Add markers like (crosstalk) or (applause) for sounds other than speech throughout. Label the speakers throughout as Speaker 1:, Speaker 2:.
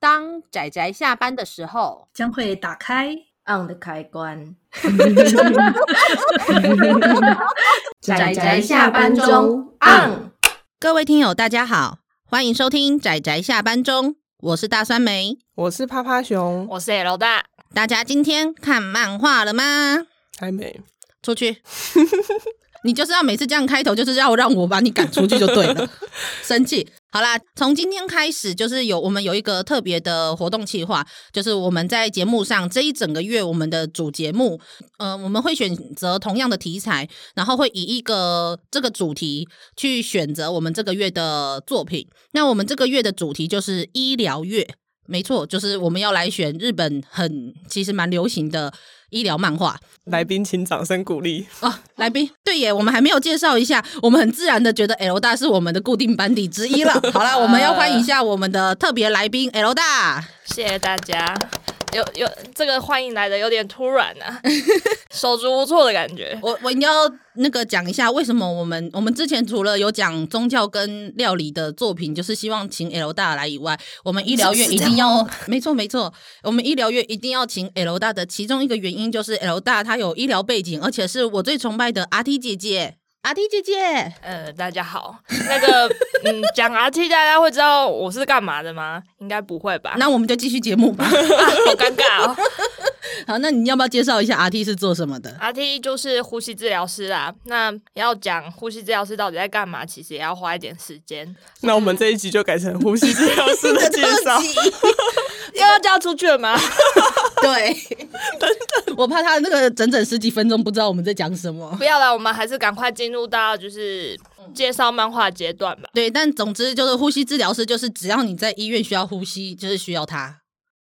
Speaker 1: 当仔仔下班的时候，
Speaker 2: 将会打开。
Speaker 3: on 的开关。
Speaker 1: 宅宅下班中 on 各位听友大家好，欢迎收听仔仔下班中，我是大酸梅。
Speaker 4: 我是趴趴熊，
Speaker 5: 我是 L 大，
Speaker 1: 大家今天看漫画了吗？
Speaker 4: 还没
Speaker 1: 出去。 (laughs) 你就是要每次这样开头，就是要让我把你赶出去就对了，生气。好啦，从今天开始，就是有我们有一个特别的活动计划，就是我们在节目上这一整个月，我们的主节目，呃，我们会选择同样的题材，然后会以一个这个主题去选择我们这个月的作品。那我们这个月的主题就是医疗月，没错，就是我们要来选日本很其实蛮流行的医疗漫画。
Speaker 4: 来宾请掌声鼓励。
Speaker 1: 哦，来宾，对耶，我们还没有介绍一下，我们很自然的觉得 L 大是我们的固定班底之一了。好啦，我们要欢迎一下我们的特别来宾 L 大。
Speaker 5: 谢谢大家。有有这个欢迎来的有点突然啊， (laughs) 手足无措的感觉。
Speaker 1: 我我一定要那个讲一下，为什么我们我们之前除了有讲宗教跟料理的作品，就是希望请 L 大来以外，我们医疗院一定要， (laughs) 没错没错，我们医疗院一定要请 L 大的其中一个原因就是 L 大他有医疗背景，而且是我最崇拜的 RT 姐姐，RT 姐姐。
Speaker 5: 呃，大家好，那个 (laughs) 嗯，讲 RT 大家会知道我是干嘛的吗？应该不会吧？
Speaker 1: 那我们就继续节目吧。
Speaker 5: (laughs) 好尴尬 (laughs) 哦。
Speaker 1: 好，那你要不要介绍一下 RT 是做什么的？
Speaker 5: RT 就是呼吸治疗师啦。那要讲呼吸治疗师到底在干嘛，其实也要花一点时间。
Speaker 4: 那我们这一集就改成呼吸治疗师的介绍，
Speaker 1: (laughs)
Speaker 5: 又要叫出去了吗？
Speaker 1: 对，我怕他那个整整十几分钟不知道我们在讲什么。
Speaker 5: (laughs) 不要了，我们还是赶快进入到就是介绍漫画阶段吧。
Speaker 1: 对，但总之就是呼吸治疗师，就是只要你在医院需要呼吸，就是需要他。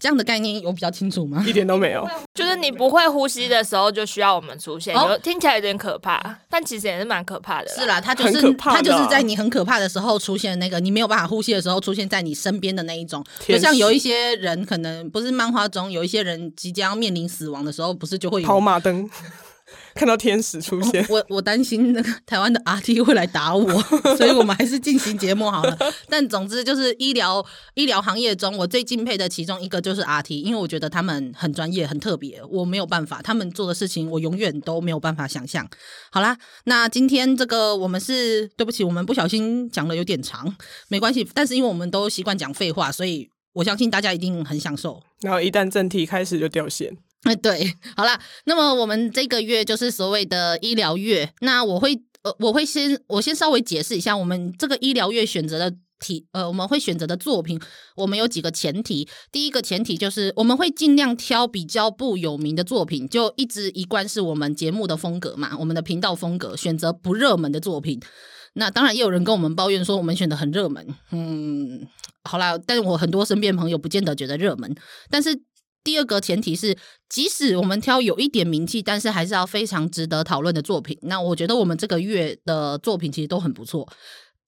Speaker 1: 这样的概念有比较清楚吗？
Speaker 4: (laughs) 一点都没有。
Speaker 5: 就是你不会呼吸的时候，就需要我们出现，
Speaker 1: 哦
Speaker 5: 有听起来有点可怕，但其实也是蛮可怕的。
Speaker 1: 是，啦，他就是
Speaker 4: 很可怕的
Speaker 1: 他就是在你很可怕的时候出现那个，你没有办法呼吸的时候出现在你身边的那一种。就
Speaker 4: 天使
Speaker 1: 像有一些人可能不是漫画中有一些人即将要面临死亡的时候，不是就会有，
Speaker 4: 跑马灯，看到天使出现
Speaker 1: 我我担心那个台湾的 RT 会来打我，所以我们还是进行节目好了。但总之就是医疗医疗行业中，我最敬佩的其中一个就是 RT，因为我觉得他们很专业、很特别，我没有办法，他们做的事情我永远都没有办法想象。好啦，那今天这个我们是对不起，我们不小心讲的有点长，没关系，但是因为我们都习惯讲废话，所以我相信大家一定很享受。
Speaker 4: 然后一旦正题开始就掉线。
Speaker 1: 哎，对，好啦，那么我们这个月就是所谓的医疗月，那我会呃，我会先我先稍微解释一下，我们这个医疗月选择的题，呃，我们会选择的作品，我们有几个前提，第一个前提就是我们会尽量挑比较不有名的作品，就一直一贯是我们节目的风格嘛，我们的频道风格，选择不热门的作品。那当然也有人跟我们抱怨说我们选的很热门，嗯，好啦，但我很多身边朋友不见得觉得热门，但是第二个前提是，即使我们挑有一点名气，但是还是要非常值得讨论的作品。那我觉得我们这个月的作品其实都很不错，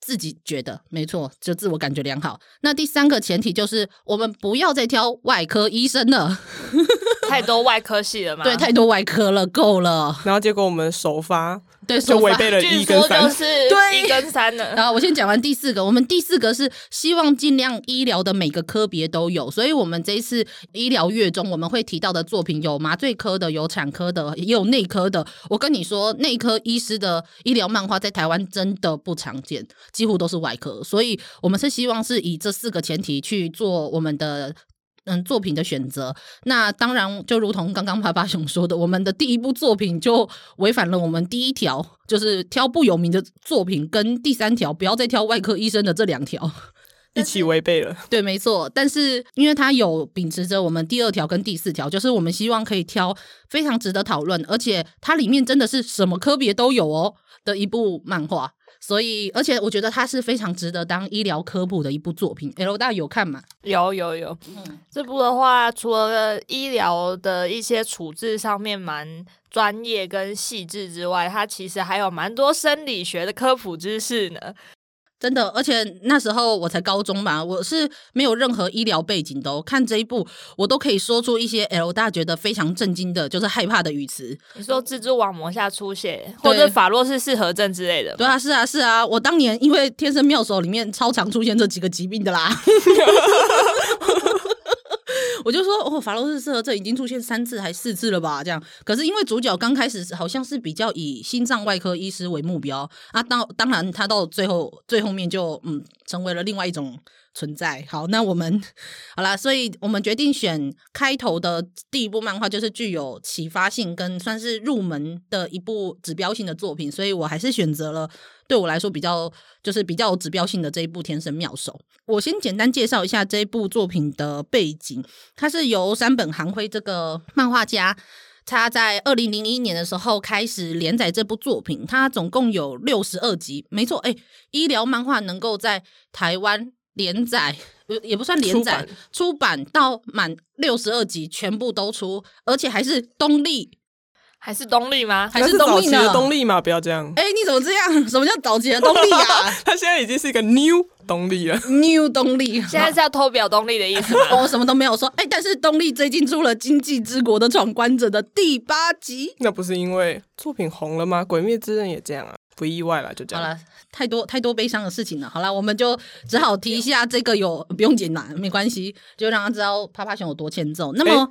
Speaker 1: 自己觉得没错，就自我感觉良好。那第三个前提就是，我们不要再挑外科医生了，
Speaker 5: 太多外科系了嘛。
Speaker 1: 对，太多外科了，够了。
Speaker 4: 然后结果我们首发
Speaker 1: 对，
Speaker 4: 就
Speaker 1: 手法
Speaker 4: 违背了
Speaker 5: 据
Speaker 4: 一跟
Speaker 5: 说就
Speaker 4: 三，
Speaker 5: 是
Speaker 1: 对嗯
Speaker 5: 一跟三 (laughs) 了。
Speaker 1: 然后我先讲完第四个，我们第四个是希望尽量医疗的每个科别都有，所以我们这一次医疗月中我们会提到的作品有麻醉科的，有产科的，也有内科的。我跟你说，内科医师的医疗漫画在台湾真的不常见，几乎都是外科，所以我们是希望是以这四个前提去做我们的。嗯，作品的选择，那当然就如同刚刚爸爸熊说的，我们的第一部作品就违反了我们第一条，就是挑不有名的作品，跟第三条不要再挑外科医生的这两条。 (laughs)
Speaker 4: 一起违背了。
Speaker 1: 对，没错。但是因为它有秉持着我们第二条跟第四条，就是我们希望可以挑非常值得讨论，而且它里面真的是什么科别都有哦的一部漫画。所以，而且我觉得它是非常值得当医疗科普的一部作品。L 大有看吗？
Speaker 5: 有有有，这部的话，除了医疗的一些处置上面蛮专业跟细致之外，它其实还有蛮多生理学的科普知识呢。
Speaker 1: 真的，而且那时候我才高中嘛，我是没有任何医疗背景的、哦。看这一部，我都可以说出一些 L 大觉得非常震惊的，就是害怕的语词。
Speaker 5: 你说蜘蛛网膜下出血，
Speaker 1: 对
Speaker 5: 或者法洛氏氏合症之类的，
Speaker 1: 对啊，是啊，是啊，我当年因为《天生妙手》里面超常出现这几个疾病的啦。我就说哦，法洛氏适合症已经出现三次还四次了吧？这样，可是因为主角刚开始好像是比较以心脏外科医师为目标啊，当当然他到最后最后面就嗯成为了另外一种存在。好，那我们好啦，所以我们决定选开头的第一部漫画，就是具有启发性跟算是入门的一部指标性的作品，所以我还是选择了对我来说比较就是比较有指标性的这一部《天生妙手》。我先简单介绍一下这一部作品的背景，它是由山本航辉这个漫画家。他在二零零一年的时候开始连载这部作品，它总共有六十二集，没错，哎、医疗漫画能够在台湾连载，呃也不算连载，出版到满六十二集全部都出，而且还是东立，
Speaker 5: 还是东立吗？
Speaker 1: 还
Speaker 4: 那
Speaker 1: 是
Speaker 4: 早
Speaker 1: 东
Speaker 4: 期
Speaker 1: 立
Speaker 4: 的
Speaker 1: 呢？
Speaker 4: 东立嘛，不要这样。
Speaker 1: 哎、你怎么这样？ (laughs) 什么叫早期的东立啊
Speaker 4: 他现在已经是一个 new 东立了，
Speaker 1: ？New 东立，
Speaker 5: 现在是要偷表东立的意思吗？
Speaker 1: 我什么都没有说。哎、但是东立最近出了《经济之国的闯关者》的第八集。
Speaker 4: 那不是因为作品红了吗？《鬼灭之刃》也这样啊，不意外了，就这
Speaker 1: (laughs) 好
Speaker 4: 样。
Speaker 1: 了，太多太多悲伤的事情了。好了，我们就只好提一下这个有不用简单，没关系，就让他知道啪啪熊有多欠揍。那么。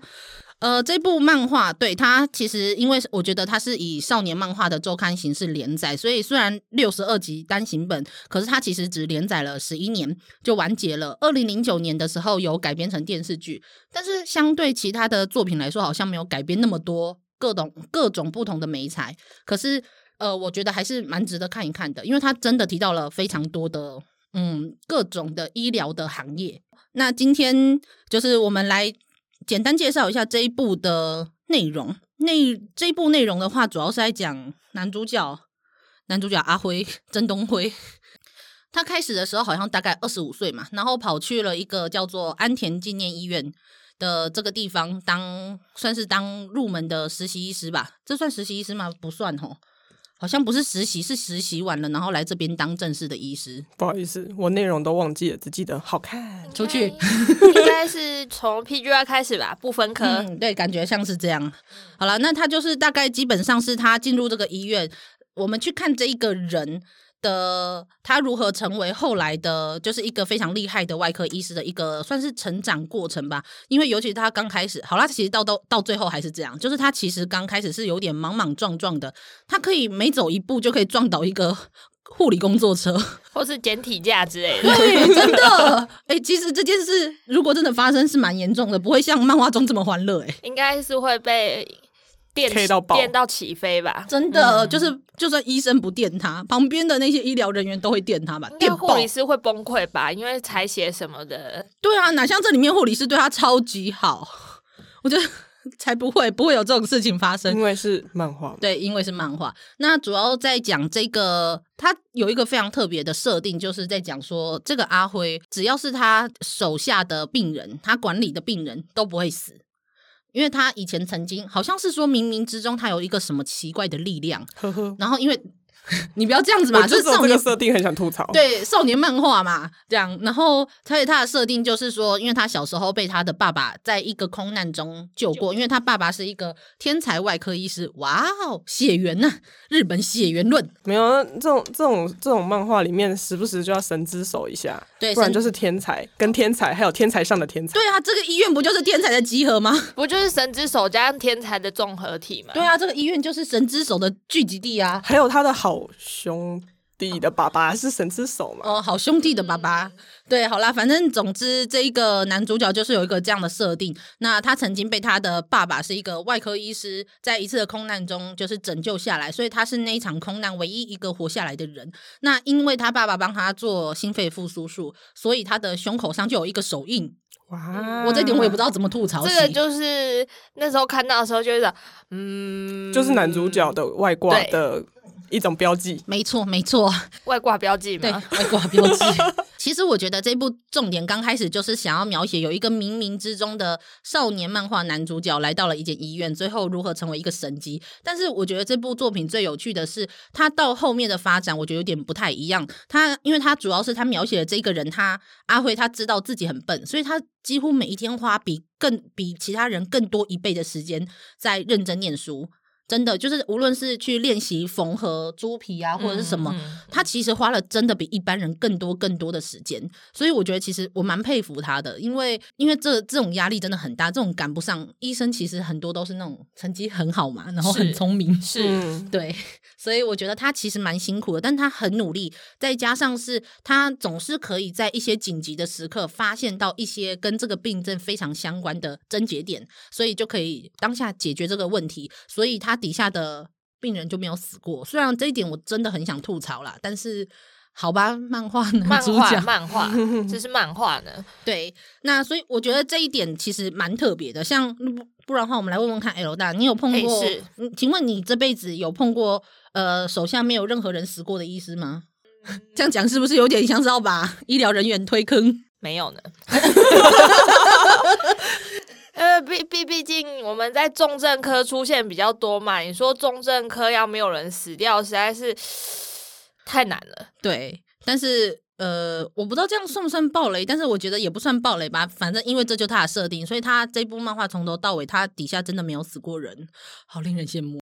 Speaker 1: 呃，这部漫画对它其实，因为我觉得它是以少年漫画的周刊形式连载，所以虽然六十二集单行本，可是它其实只连载了十一年就完结了。二零零九年的时候有改编成电视剧，但是相对其他的作品来说，好像没有改编那么多各种各种不同的美材。可是呃，我觉得还是蛮值得看一看的，因为它真的提到了非常多的嗯各种的医疗的行业。那今天就是我们来简单介绍一下这一部的内容。内这一部内容的话，主要是在讲男主角，男主角阿辉曾东辉。 (laughs) 他开始的时候好像大概二十五岁嘛，然后跑去了一个叫做安田纪念医院的这个地方当，算是当入门的实习医师吧。这算实习医师吗？不算哦，好像不是实习，是实习完了然后来这边当正式的医师。
Speaker 4: 不好意思，我内容都忘记了，只记得好看。
Speaker 1: 出去 (laughs)
Speaker 5: 应该是从 PGY 开始吧，不 (laughs) 分科。
Speaker 1: 嗯，对，感觉像是这样。好了，那他就是大概基本上是他进入这个医院，我们去看这一个人的他如何成为后来的，就是一个非常厉害的外科医师的一个算是成长过程吧。因为尤其他刚开始，好啦，其实到到到最后还是这样，就是他其实刚开始是有点莽莽撞撞的，他可以每走一步就可以撞倒一个护理工作车。
Speaker 5: 或是简体价之类的。
Speaker 1: 对，真的，哎、其实这件事如果真的发生是蛮严重的，不会像漫画中这么欢乐、哎。
Speaker 5: 应该是会被电
Speaker 4: K 到爆
Speaker 5: 电到起飞吧？
Speaker 1: 真的、就是，就算医生不电他，旁边的那些医疗人员都会电他吧，
Speaker 5: 应该
Speaker 1: 电
Speaker 5: 护
Speaker 1: 爆
Speaker 5: 理。师会崩溃吧？因为采血什么的，
Speaker 1: 对啊，哪像这里面护理师对他超级好，我觉得才不会不会有这种事情发生
Speaker 4: 因。为是漫画嘛，
Speaker 1: 对，因为是漫画，那主要在讲这个，他有一个非常特别的设定，就是在讲说，这个阿辉只要是他手下的病人，他管理的病人都不会死，因为他以前曾经好像是说冥冥之中他有一个什么奇怪的力量，
Speaker 4: 呵呵。
Speaker 1: 然后因为 (laughs) 你不要这样子嘛，
Speaker 4: 我
Speaker 1: 就
Speaker 4: 就是只有
Speaker 1: 少
Speaker 4: 这
Speaker 1: 年
Speaker 4: 个设定很想吐槽。，
Speaker 1: 对少年漫画嘛，这样。然后，所以他的设定就是说，因为他小时候被他的爸爸在一个空难中救过，因为他爸爸是一个天才外科医师，哇哦，血缘呐、日本血缘论，
Speaker 4: 没有那啊这种这种这种漫画里面，时不时就要神之手一下，
Speaker 1: 对
Speaker 4: 不然
Speaker 1: 神
Speaker 4: 就是天才跟天才，还有天才上的天才。
Speaker 1: 对啊，这个医院不就是天才的集合吗？
Speaker 5: 不就是神之手加上天才的综合体吗？
Speaker 1: 对，啊，这个医院就是神之手的聚集地啊。
Speaker 4: 还有他的好兄弟的爸爸是神之手嘛？
Speaker 1: 哦，好兄弟的爸
Speaker 5: 嗯
Speaker 1: 爸，对，好啦，反正总之这一个男主角就是有一个这样的设定。那他曾经被他的爸爸是一个外科医师，在一次的空难中就是拯救下来，所以他是那一场空难唯一一个活下来的人。那因为他爸爸帮他做心肺复苏术，所以他的胸口上就有一个手印。
Speaker 4: 哇
Speaker 1: 我这点我也不知道怎么吐槽。
Speaker 5: 这个就是那时候看到的时候就是，嗯，
Speaker 4: 就是男主角的外挂
Speaker 5: 对
Speaker 4: 的一种标记。
Speaker 1: 没错，没错。
Speaker 5: 外挂标记 (laughs)
Speaker 1: 对，
Speaker 5: 嘛。
Speaker 1: 外挂标记。 (laughs) 其实我觉得这部重点刚开始就是想要描写有一个冥冥之中的少年漫画男主角来到了一间医院，最后如何成为一个神机。但是我觉得这部作品最有趣的是，他到后面的发展，我觉得有点不太一样。他因为他主要是他描写的这个人，他阿辉他知道自己很笨，所以他几乎每一天花比更比其他人更多一倍的时间在认真念书。真的就是无论是去练习缝合猪皮啊，或者是什么，
Speaker 5: 嗯
Speaker 1: 他其实花了真的比一般人更多更多的时间，所以我觉得其实我蛮佩服他的，因为因为这这种压力真的很大，这种赶不上医生其实很多都是那种成绩很好嘛，然后很
Speaker 5: 是
Speaker 1: 聪明，
Speaker 5: 是
Speaker 4: 嗯，
Speaker 1: 对， (laughs) 所以我觉得他其实蛮辛苦的，但他很努力，再加上是他总是可以在一些紧急的时刻发现到一些跟这个病症非常相关的症结点，所以就可以当下解决这个问题，所以他底下的病人就没有死过。虽然这一点我真的很想吐槽啦，但是。好吧，漫画男
Speaker 5: 漫
Speaker 1: 主
Speaker 5: 画
Speaker 1: 角
Speaker 5: 漫画，这是漫画呢，
Speaker 1: 对，那所以我觉得这一点其实蛮特别的。像不不然的话，我们来问问看，L 大，你有碰过
Speaker 5: 嘿是？
Speaker 1: 嗯请问你这辈子有碰过呃手下没有任何人死过的医师吗？ (laughs) 这样讲是不是有点像是要把医疗人员推坑？
Speaker 5: 没有呢。 (laughs) 呃，毕毕毕竟我们在重症科出现比较多嘛，你说重症科要没有人死掉，实在是太难了。
Speaker 1: 对，但是呃，我不知道这样算不算暴雷，但是我觉得也不算暴雷吧。反正因为这就他的设定，所以他这部漫画从头到尾，他底下真的没有死过人，好令人羡慕。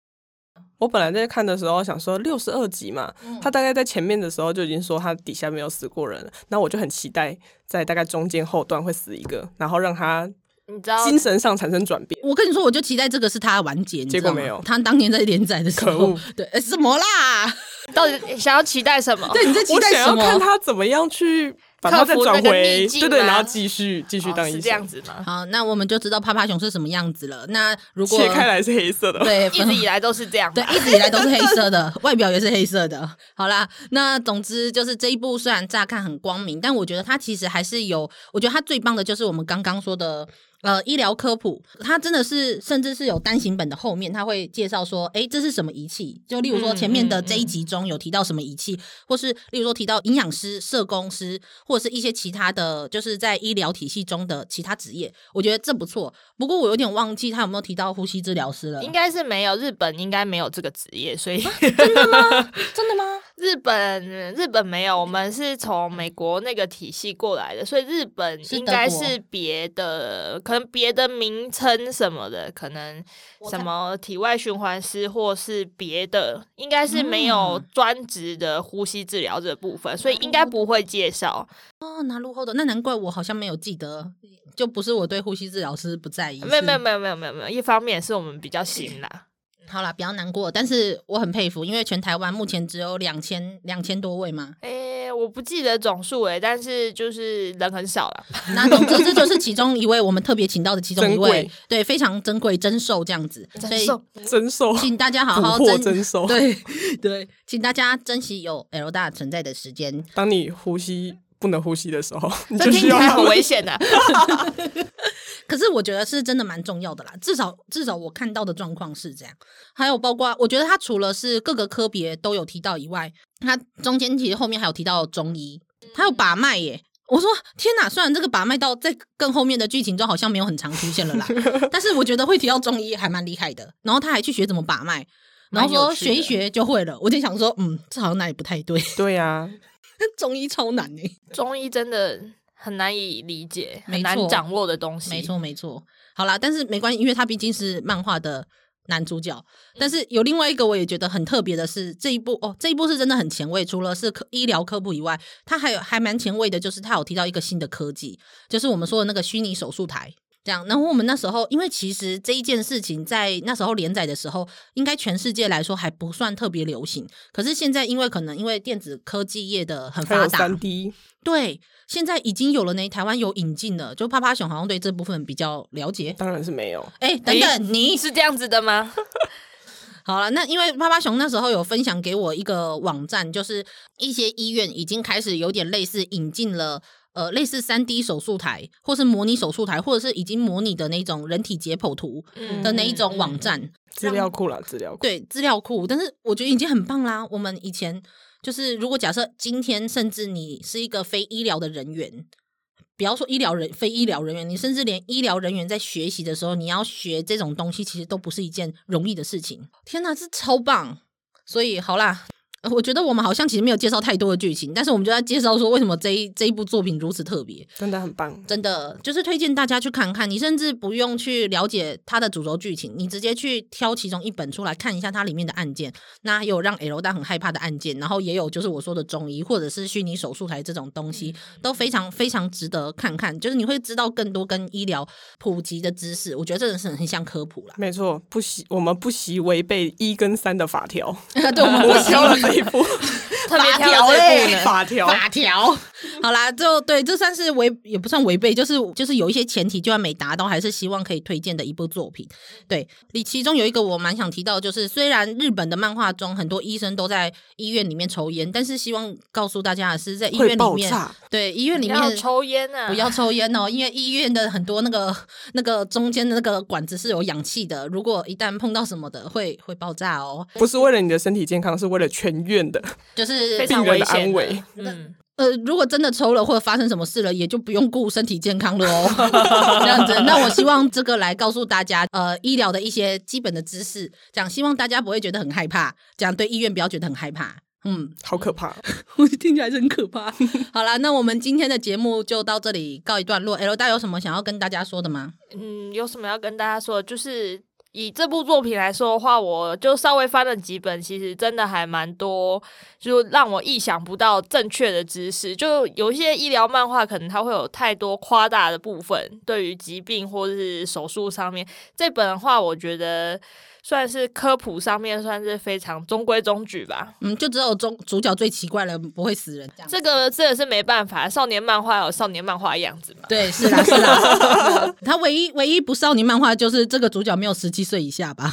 Speaker 4: 我本来在看的时候想说六十二集嘛，
Speaker 1: 嗯
Speaker 4: 他大概在前面的时候就已经说他底下没有死过人了，那我就很期待在大概中间后段会死一个，然后让他
Speaker 5: 你知道
Speaker 4: 精神上产生转变。
Speaker 1: 我跟你说，我就期待这个是他的完结，你知
Speaker 4: 结果
Speaker 1: 道吗
Speaker 4: 没有
Speaker 1: 他当年在连载的时
Speaker 4: 可
Speaker 1: 候
Speaker 4: 恶，
Speaker 1: 对，呃什么啦？
Speaker 5: 到底想要期待
Speaker 4: (laughs)
Speaker 5: 什么？
Speaker 1: 对，你在期
Speaker 4: 我
Speaker 1: 待
Speaker 4: 想
Speaker 1: 什
Speaker 4: 要看
Speaker 1: 么？
Speaker 4: 他怎么样去把它再转
Speaker 5: 克服那个
Speaker 4: 回，
Speaker 5: 逆境
Speaker 4: 对对，
Speaker 5: 吗
Speaker 4: 然后继续继续
Speaker 5: 哦
Speaker 4: 当医
Speaker 5: 是
Speaker 4: 生，
Speaker 5: 这样子吗？
Speaker 1: 好，那我们就知道趴趴熊是什么样子了。那如果
Speaker 4: 切开来是黑色的， (laughs)
Speaker 1: 对，
Speaker 5: (laughs) 一直以来都是这样吧。
Speaker 1: 对，一直以来都是黑色
Speaker 5: (laughs)
Speaker 1: 的，外表也是黑色的。好啦，那总之就是这一部虽然乍看很光明，但我觉得它其实还是有，我觉得它最棒的就是我们刚刚说的。呃，医疗科普，它真的是，甚至是有单行本的后面，它会介绍说，诶，这是什么仪器？就例如说
Speaker 5: 嗯
Speaker 1: 前面的
Speaker 5: 嗯
Speaker 1: 这一集中有提到什么仪器，或是例如说提到营养师、社工师，或者是一些其他的，就是在医疗体系中的其他职业，我觉得这不错。不过我有点忘记他有没有提到呼吸治疗师了。
Speaker 5: 应该是没有，日本应该没有这个职
Speaker 4: (laughs)
Speaker 5: 业，所以
Speaker 1: 真的吗？
Speaker 5: 日本日本没有，我们是从美国那个体系过来的，所以日本
Speaker 1: 是
Speaker 5: 应
Speaker 1: 德
Speaker 5: 该
Speaker 1: 国
Speaker 5: 是别的，可能别的名称什么的，可能什么体外循环师或是别的，应该是没有
Speaker 1: 嗯
Speaker 5: 专职的呼吸治疗这部分，所以应该不会介绍。
Speaker 1: 哦，拿入后的那难怪我好像没有记得，就不是我对呼吸治疗师不在意。
Speaker 5: 没
Speaker 1: 是
Speaker 5: 有没有没有没有没有没有，一方面是我们比较新啦，
Speaker 1: 好啦，不要难过，但是我很佩服，因为全台湾目前只有两千两千多位
Speaker 5: (laughs)
Speaker 1: 嘛，
Speaker 5: 诶、我不记得总数诶、但是就是人很少啦。
Speaker 1: 那总之这就是其中一位我们特别请到的其中一
Speaker 4: 珍
Speaker 1: 位
Speaker 4: 贵，
Speaker 1: 对，非常珍贵珍兽这样子，所以
Speaker 4: 增
Speaker 1: (laughs)
Speaker 4: 寿，
Speaker 1: 请大家好
Speaker 4: 捕
Speaker 1: 好
Speaker 4: 获
Speaker 1: 珍
Speaker 4: 增寿。
Speaker 1: 对 (laughs) 对，请大家珍惜有 L 大存在的时间。
Speaker 4: 当你呼吸不能呼吸的
Speaker 5: (laughs)
Speaker 4: 时候，你
Speaker 5: 这
Speaker 4: 就需
Speaker 5: 听起
Speaker 4: 要
Speaker 5: 来
Speaker 4: 他
Speaker 5: 很
Speaker 4: 们
Speaker 5: 危险的、
Speaker 1: 可是我觉得是真的蛮重要的啦，至少至少我看到的状况是这样。还有包括，我觉得他除了是各个科别都有提到以外，他中间其实后面还有提到中医，他有把脉耶。我说天哪，虽然这个把脉到在更后面的剧情中好像没有很常出现
Speaker 5: (laughs)
Speaker 1: 了啦，但是我觉得会提到中医还蛮厉害的。然后他还去学怎么把脉，然后
Speaker 5: 蛮有
Speaker 1: 说
Speaker 5: 趣
Speaker 1: 学一
Speaker 5: 的
Speaker 1: 学就会了。我就想说，嗯，这好像哪里不太对， (laughs)
Speaker 4: 对呀，
Speaker 1: 中医超难诶。
Speaker 5: 中医真的很难以理解，
Speaker 1: 没
Speaker 5: 很难
Speaker 1: 错
Speaker 5: 掌握的东西。
Speaker 1: 没，错，没错。好啦，但是没关系，因为他毕竟是漫画的男主角。但
Speaker 4: 嗯
Speaker 1: 是有另外一个我也觉得很特别的是，这一部哦，这一部是真的很前卫。除了是科医疗科普以外，它还有还蛮前卫的，就是它有提到一个新的科技，就是我们说的那个虚拟手术台。这样，然后我们那时候，因为其实这一件事情在那时候连载的时候，应该全世界来说还不算特别流行。可是现在，因为可能因为电子科技业的很
Speaker 4: 还
Speaker 1: 发
Speaker 4: 有
Speaker 1: 达，
Speaker 4: 三 D，
Speaker 1: 对，现在已经有了呢，台湾有引进了，就趴趴熊好像对这部分比较了解。
Speaker 4: 当然是没有。
Speaker 1: 哎，等
Speaker 5: 诶
Speaker 1: 等，你
Speaker 5: 是这样子的吗？
Speaker 1: 好了，那因为趴趴熊那时候有分享给我一个网站，就是一些医院已经开始有点类似引进了。呃，类似三 D 手术台，或是模拟手术台，或者是已经模拟的那种人体解剖图 (laughs) 的那一
Speaker 5: 嗯
Speaker 1: 种网站，
Speaker 4: 资料库啦，资料库。
Speaker 1: 对资料库，但是我觉得已经很棒啦。我们以前就是，如果假设今天甚至你是一个非医疗的人员，不要说医疗人非医疗人员，你甚至连医疗人员在学习的时候，你要学这种东西，其实都不是一件容易的事情。天哪，这超棒！所以好啦，呃我觉得我们好像其实没有介绍太多的剧情，但是我们就在介绍说为什么这一这一部作品如此特别。
Speaker 4: 真的很棒。
Speaker 1: 真的就是推荐大家去看看，你甚至不用去了解它的主轴剧情，你直接去挑其中一本出来看一下它里面的案件。那有让 L 蛋很害怕的案件，然后也有就是我说的中医或者是虚拟手术台这种东西，都非常非常值得看看。就是你会知道更多跟医疗普及的知识，我觉得真的是很像科普啦。
Speaker 4: 没错，不惜我们不惜违背一跟三的法
Speaker 5: (laughs)
Speaker 4: 条，
Speaker 1: (laughs) 对，我们
Speaker 4: 我
Speaker 1: (laughs)
Speaker 4: 挑了这一部
Speaker 5: 嗯特别
Speaker 1: 拔
Speaker 5: (laughs) 挑欸
Speaker 1: 条哎
Speaker 5: 了这
Speaker 1: 嘞
Speaker 5: 一部呢。
Speaker 4: 法条，
Speaker 1: 法
Speaker 4: (laughs)
Speaker 1: 条。好啦，就对，这算是违，也不算违背，就是就是有一些前提，就算没达到，还是希望可以推荐的一部作品。对，你其中有一个我蛮想提到，就是虽然日本的漫画中很多医生都在医院里面抽烟，但是希望告诉大家的是，在医
Speaker 4: 会
Speaker 1: 院里
Speaker 4: 爆
Speaker 1: 面，
Speaker 4: 炸，
Speaker 1: 对医院里面
Speaker 5: 要抽烟啊！
Speaker 1: 不要抽烟哦， (laughs) 因为医院的很多那个那个中间的那个管子是有氧气的，如果一旦碰到什么的，会会爆炸哦。
Speaker 4: 不是为了你的身体健康，是为了全院的
Speaker 1: 就是
Speaker 5: 非
Speaker 4: 病
Speaker 5: 常
Speaker 4: 人
Speaker 5: 危
Speaker 4: 的安
Speaker 5: 险的
Speaker 4: 危。
Speaker 5: 嗯，
Speaker 1: 呃，如果真的抽了或者发生什么事了，也就不用顾身体健康了哦。 (laughs) 这样子，那我希望这个来告诉大家，呃，医疗的一些基本的知识，这样希望大家不会觉得很害怕，这样对医院不要觉得很害怕。嗯，
Speaker 4: 好可怕！
Speaker 1: (laughs) 我听起来是很可怕。 (laughs) 好啦，那我们今天的节目就到这里告一段落。L 大有什么想要跟大家说的吗？
Speaker 5: 嗯，有什么要跟大家说的？就是以这部作品来说的话，我就稍微翻了几本，其实真的还蛮多，就让我意想不到正确的知识。就有一些医疗漫画，可能它会有太多夸大的部分，对于疾病或是手术上面。这本的话，我觉得算是科普上面算是非常中规中矩吧。
Speaker 1: 嗯，就只有中主角最奇怪了，不会死人这样。
Speaker 5: 这个真的是没办法，少年漫画有少年漫画的样子嘛。
Speaker 1: 对，是啦，是啦，是啦 (laughs) 他唯一唯一不少年漫画就是这个主角没有十七岁以下吧，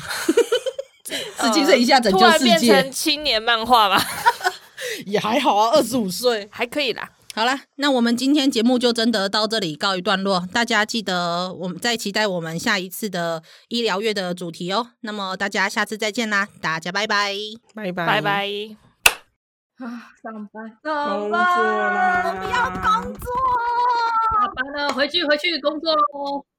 Speaker 1: (laughs) 十七岁以下拯
Speaker 5: 呃突
Speaker 1: 救
Speaker 5: 然
Speaker 1: 世
Speaker 5: 变
Speaker 1: 界。
Speaker 5: 成青年漫画嘛，
Speaker 1: (laughs) 也还好啊，二十五岁。
Speaker 5: 还可以啦。
Speaker 1: 好啦，那我们今天节目就真的到这里告一段落。大家记得我们再期待我们下一次的医疗月的主题哦。那么大家下次再见啦，大家拜拜。
Speaker 4: 拜拜
Speaker 5: 拜拜。
Speaker 2: 啊，上班，
Speaker 4: 工
Speaker 2: 上
Speaker 4: 作
Speaker 2: 班，
Speaker 4: 啦！不要工作。
Speaker 2: 下班了，回去，回去工作喽。